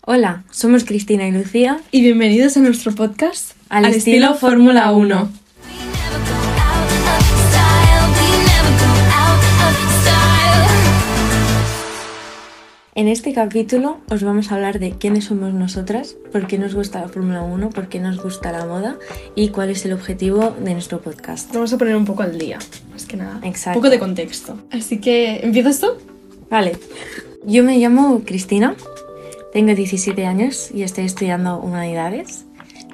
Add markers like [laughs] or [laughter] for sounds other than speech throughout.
Hola, somos Cristina y Lucía. Y bienvenidos a nuestro podcast Al estilo Fórmula 1. We never go out of style. We never go out of style. En este capítulo os vamos a hablar de quiénes somos nosotras, por qué nos gusta la Fórmula 1, por qué nos gusta la moda y cuál es el objetivo de nuestro podcast. Vamos a poner un poco al día, más que nada. Exacto. Un poco de contexto. Así que, ¿empiezas tú? Vale, yo me llamo Cristina, tengo 17 años y estoy estudiando humanidades.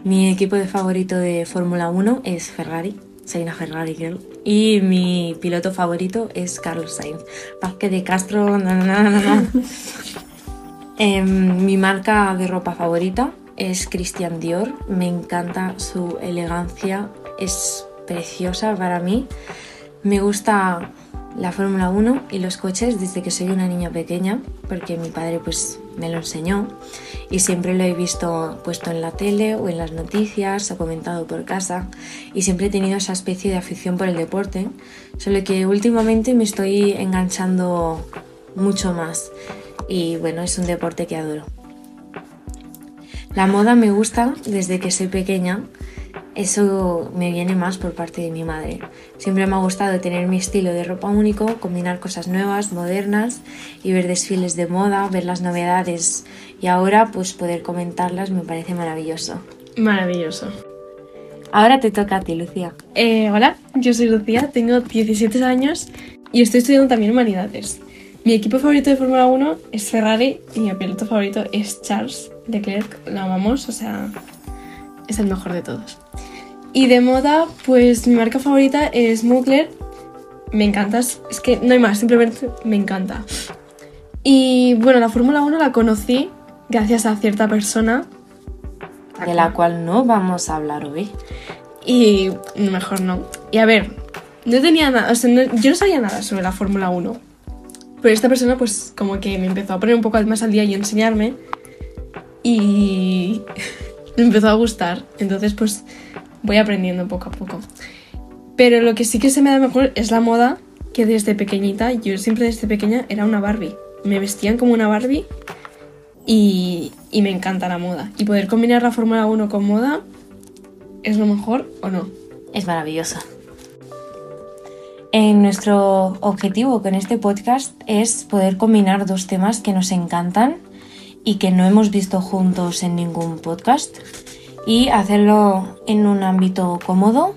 Mi equipo de favorito de Fórmula 1 es Ferrari, soy una Ferrari girl. Y mi piloto favorito es Carlos Sainz. Vázquez de Castro, no, no, no, no, no. Em, mi marca de ropa favorita es Christian Dior. Me encanta su elegancia, es preciosa para mí. Me gusta la Fórmula 1 y los coches desde que soy una niña pequeña, porque mi padre pues me lo enseñó y siempre lo he visto puesto en la tele o en las noticias o comentado por casa y siempre he tenido esa especie de afición por el deporte, solo que últimamente me estoy enganchando mucho más y bueno, es un deporte que adoro. La moda me gusta desde que soy pequeña. Eso me viene más por parte de mi madre. Siempre me ha gustado tener mi estilo de ropa único, combinar cosas nuevas, modernas y ver desfiles de moda, ver las novedades y ahora pues poder comentarlas me parece maravilloso. Maravilloso. Ahora te toca a ti, Lucía. Eh, hola, yo soy Lucía, tengo 17 años y estoy estudiando también humanidades. Mi equipo favorito de Fórmula 1 es Ferrari y mi piloto favorito es Charles Leclerc. Lo amamos, o sea, es el mejor de todos. Y de moda, pues mi marca favorita es Mugler. Me encantas, es que no hay más, simplemente me encanta. Y bueno, la Fórmula 1 la conocí gracias a cierta persona De la cual no vamos a hablar hoy. y mejor no. Y a ver, no tenía nada, o sea, no- yo no sabía nada sobre la Fórmula 1. Pero esta persona pues como que me empezó a poner un poco más al día y enseñarme. Y [laughs] me empezó a gustar. Entonces pues voy aprendiendo poco a poco. Pero lo que sí que se me da mejor es la moda, que desde pequeñita, yo siempre desde pequeña era una Barbie. Me vestían como una Barbie y, y me encanta la moda. Y poder combinar la Fórmula 1 con moda es lo mejor o no. Es maravilloso. En nuestro objetivo con este podcast es poder combinar dos temas que nos encantan y que no hemos visto juntos en ningún podcast y hacerlo en un ámbito cómodo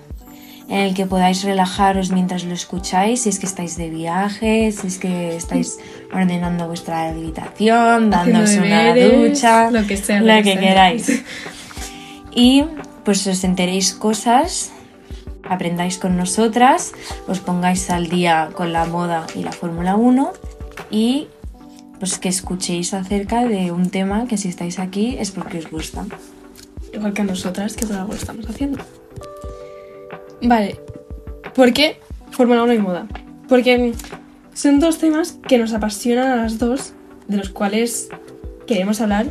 en el que podáis relajaros mientras lo escucháis, si es que estáis de viaje, si es que estáis ordenando vuestra habitación, dándose Haciendo una deberes, ducha, lo que sea, lo lo que que sea. queráis. Y pues os enteréis cosas, aprendáis con nosotras, os pongáis al día con la moda y la Fórmula 1 y pues que escuchéis acerca de un tema que si estáis aquí es porque os gusta. Igual que a nosotras, que por algo lo estamos haciendo. Vale. ¿Por qué Fórmula 1 y moda? Porque mm, son dos temas que nos apasionan a las dos, de los cuales queremos hablar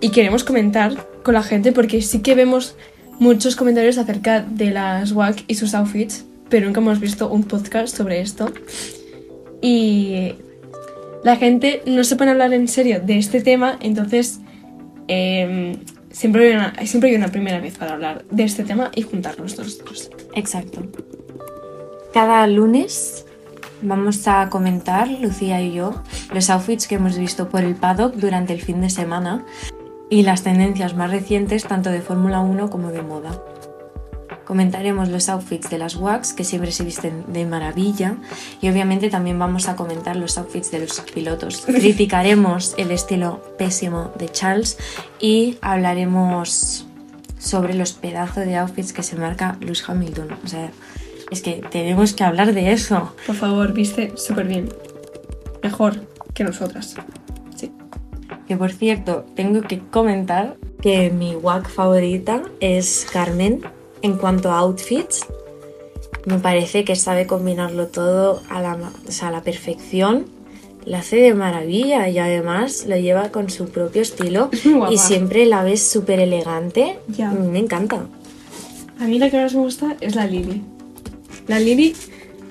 y queremos comentar con la gente, porque sí que vemos muchos comentarios acerca de las WAC y sus outfits, pero nunca hemos visto un podcast sobre esto. Y la gente no se pone a hablar en serio de este tema, entonces eh, siempre, hay una, siempre hay una primera vez para hablar de este tema y juntarnos nosotros. Exacto. Cada lunes vamos a comentar, Lucía y yo, los outfits que hemos visto por el paddock durante el fin de semana y las tendencias más recientes tanto de Fórmula 1 como de moda. Comentaremos los outfits de las WACs, que siempre se visten de maravilla, y obviamente también vamos a comentar los outfits de los pilotos. Criticaremos el estilo pésimo de Charles y hablaremos sobre los pedazos de outfits que se marca Lewis Hamilton. O sea, es que tenemos que hablar de eso. Por favor, viste súper bien. Mejor que nosotras. Sí. Que por cierto, tengo que comentar que mi WAC favorita es Carmen. En cuanto a outfits, me parece que sabe combinarlo todo a la, ma- o sea, a la perfección. La hace de maravilla y además lo lleva con su propio estilo. Es muy guapa. Y siempre la ves súper elegante. Ya. Me encanta. A mí la que más me gusta es la Lily. La Lily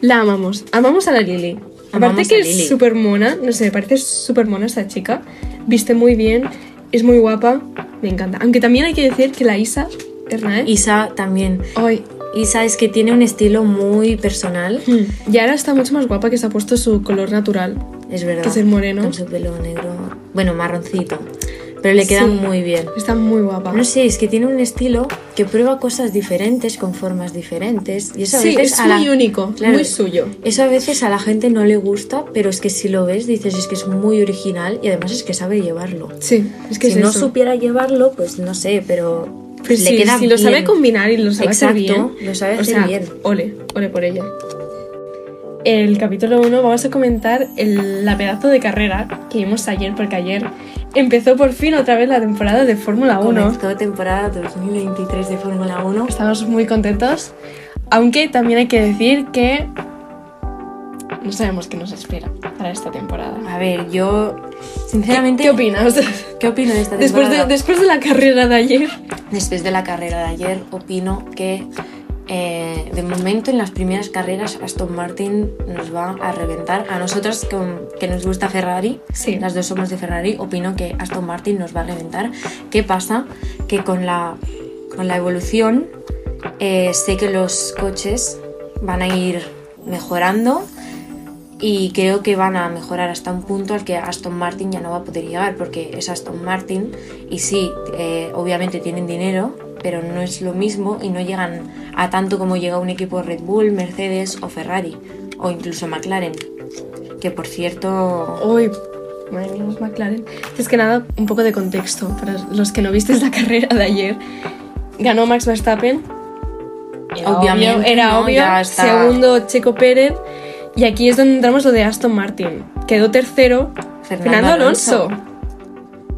la amamos. Amamos a la Lily. Amamos Aparte que a Lily. es súper mona, no sé, me parece súper mona esta chica. Viste muy bien, es muy guapa, me encanta. Aunque también hay que decir que la Isa Hernández. Isa también. Ay, Isa es que tiene un estilo muy [laughs] personal. hmm, y ahora está mucho más guapa que se ha puesto su color natural. Es verdad. Que es el moreno. Con su pelo negro. Bueno, marroncito. Pero le queda Sí. muy bien. Está muy guapa. No sé, es que tiene un estilo que prueba cosas diferentes con formas diferentes. Y eso a Sí, veces es a la- muy único, Claro, muy suyo. Eso a veces a la gente no le gusta, pero es que si lo ves dices es que es muy original y además es que sabe llevarlo. Sí, es que si es no eso. supiera llevarlo, pues no sé, pero Pues le sí, queda si lo sabe bien. combinar y lo sabe hacer Exacto, bien. lo sabe o hacer sea, bien. Ole, ole por ella. El capítulo 1 vamos a comentar el- la pedazo de carrera que vimos ayer, porque ayer empezó por fin otra vez la temporada de Fórmula 1. Comenzó temporada 2023 de Fórmula 1. Estamos muy contentos, aunque también hay que decir que no sabemos qué nos espera para esta temporada. A ver, yo ¿Qué, sinceramente qué opinas? ¿Qué opino de esta después, de, temporada? después de la carrera de ayer, Después de la carrera de ayer, opino que eh, de momento en las primeras carreras Aston Martin nos va a reventar. A nosotras que, que nos gusta Ferrari, Sí. las dos somos de Ferrari, opino que Aston Martin nos va a reventar. ¿Qué pasa? Que con la, con la evolución eh, sé que los coches van a ir mejorando y creo que van a mejorar hasta un punto al que Aston Martin ya no va a poder llegar porque es Aston Martin y sí, eh, obviamente tienen dinero, pero no es lo mismo y no llegan a tanto como llega un equipo Red Bull, Mercedes o Ferrari o incluso McLaren. Que por cierto, Uy, madre mía, los McLaren. Es que nada, un poco de contexto para los que no visteis la [laughs] carrera de ayer. Ganó Max Verstappen. Era Obviamente, obvio, era ¿no? obvio. Ya está. Segundo, Checo Pérez. Y aquí es donde entramos lo de Aston Martin. Quedó tercero Fernando Fernando Alonso. Alonso.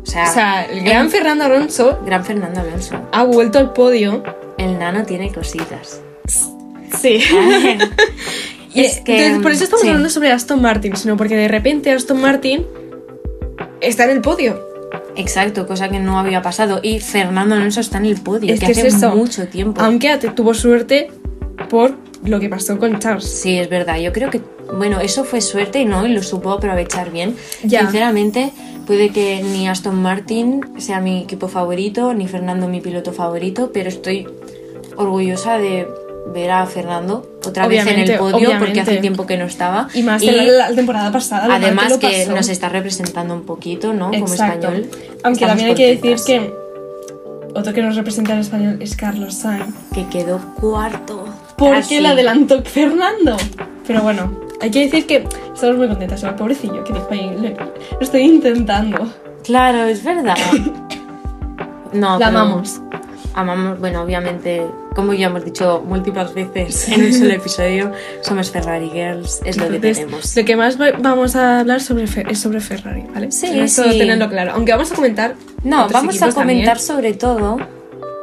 o sea, O sea, el gran el Fernando Alonso gran Fernando Alonso, ha vuelto al podio. el nano tiene cositas. Sí. [laughs] Y Es que, mm, entonces, por eso estamos sí. hablando sobre Aston Martin, sino porque de repente Aston Martin está en el podio. [laughs] Exacto, cosa que no había pasado. Y Fernando Alonso está en el podio, Es que, que es hace eso. mucho tiempo. Aunque Ate tuvo suerte por lo que pasó con Charles. Sí, es verdad. Yo creo que, bueno, eso fue suerte y no, y lo supo aprovechar bien. Ya. Sinceramente, puede que ni Aston Martin sea mi equipo favorito, ni Fernando mi piloto favorito, pero estoy orgullosa de ver a Fernando otra vez en Obviamente, el podio porque hace obviamente. tiempo que no estaba. Y más de la, la temporada pasada. lo mal además lo que pasó. nos está representando un poquito, ¿no? Como Exacto. español. Aunque Estamos también hay que decir contentas. que otro que nos representa en español es Carlos Sainz. que quedó cuarto. Porque Casi. le adelantó Fernando. Pero bueno, hay que decir que estamos muy contentas. El pobrecillo que dijo ahí, "Lo- lo estoy intentando. Claro, es [coughs] verdad. No, La pero- amamos. Amamos, bueno, obviamente, como ya hemos dicho múltiples veces en un solo episodio, somos Ferrari Girls, es lo que Entonces, tenemos. Lo que más va- vamos a hablar sobre Fe- es sobre Ferrari, ¿vale? Sí, Eso sí. tenerlo claro. Aunque vamos a comentar. No, otros vamos a equipos también. comentar sobre todo,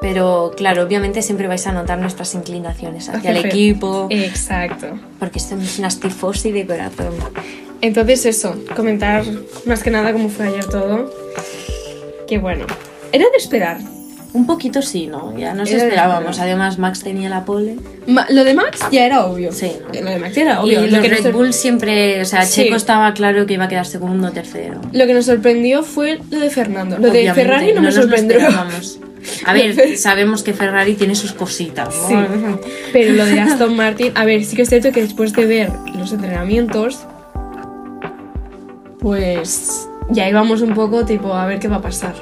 pero claro, obviamente siempre vais a notar nuestras inclinaciones hacia Hacia el [laughs] Fer- equipo, Eh. Exacto. porque somos unas tifosi de corazón. Entonces eso, comentar más que nada cómo fue ayer todo. Que bueno, era de esperar. Un poquito sí, ¿no? Ya nos Era de esperábamos. esperar. Además, Max tenía la pole. Ma- lo de Max ya era obvio. Sí, ¿no? Lo de Max ya era obvio. y lo, los que Red nos, sor- Bull siempre, o sea, Sí. Checo estaba claro que iba a quedar segundo o tercero. lo que nos sorprendió fue lo de Fernando. Lo de Obviamente, Ferrari no, me nos lo sorprendió. esperábamos. A ver, sabemos que Ferrari tiene sus cositas. ¿no? [laughs] Sí. Pero lo de Aston Martin, a ver, sí que es cierto que después de ver los entrenamientos, pues ya íbamos un poco tipo a ver qué va a pasar.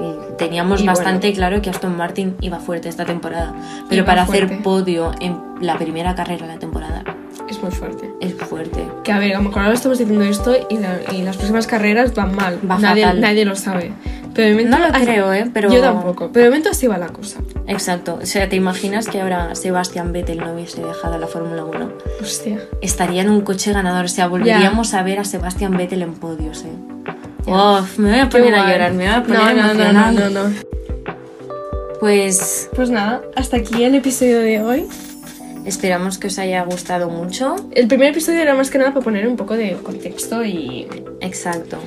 Y Teníamos Y bastante claro que Aston Martin iba fuerte esta temporada, pero Iba para hacer fuerte. podio en la primera carrera de la temporada Es muy fuerte. es fuerte. Que a ver, a lo mejor ahora estamos diciendo esto y, la- y las próximas carreras van mal. Va nadie, fatal. nadie lo sabe. Pero de momento, No lo creo, ¿eh? Pero- Yo tampoco. Pero de momento así va la cosa. Exacto, o sea, ¿te imaginas que ahora Sebastian Vettel no hubiese dejado la Fórmula 1? Hostia. Estaría en un coche ganador, o sea, volveríamos a ver a Sebastian Vettel en podios, ¿eh? Ya. Uf, me voy a Qué poner a guay. llorar, me voy a no, poner no, no, no, emocional. no, no. Pues Pues nada, hasta aquí el episodio de hoy. esperamos que os haya gustado mucho. El primer episodio era más que nada para poner un poco de contexto y Exacto.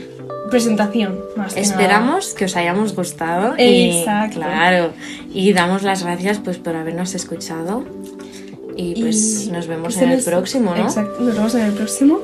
presentación. Más que Esperamos que os hayamos gustado. Exacto. Y, claro. Y damos las gracias pues por habernos escuchado. Y nada. pues Y nos vemos este en el nos- próximo, ¿no? Exacto, nos vemos en el próximo.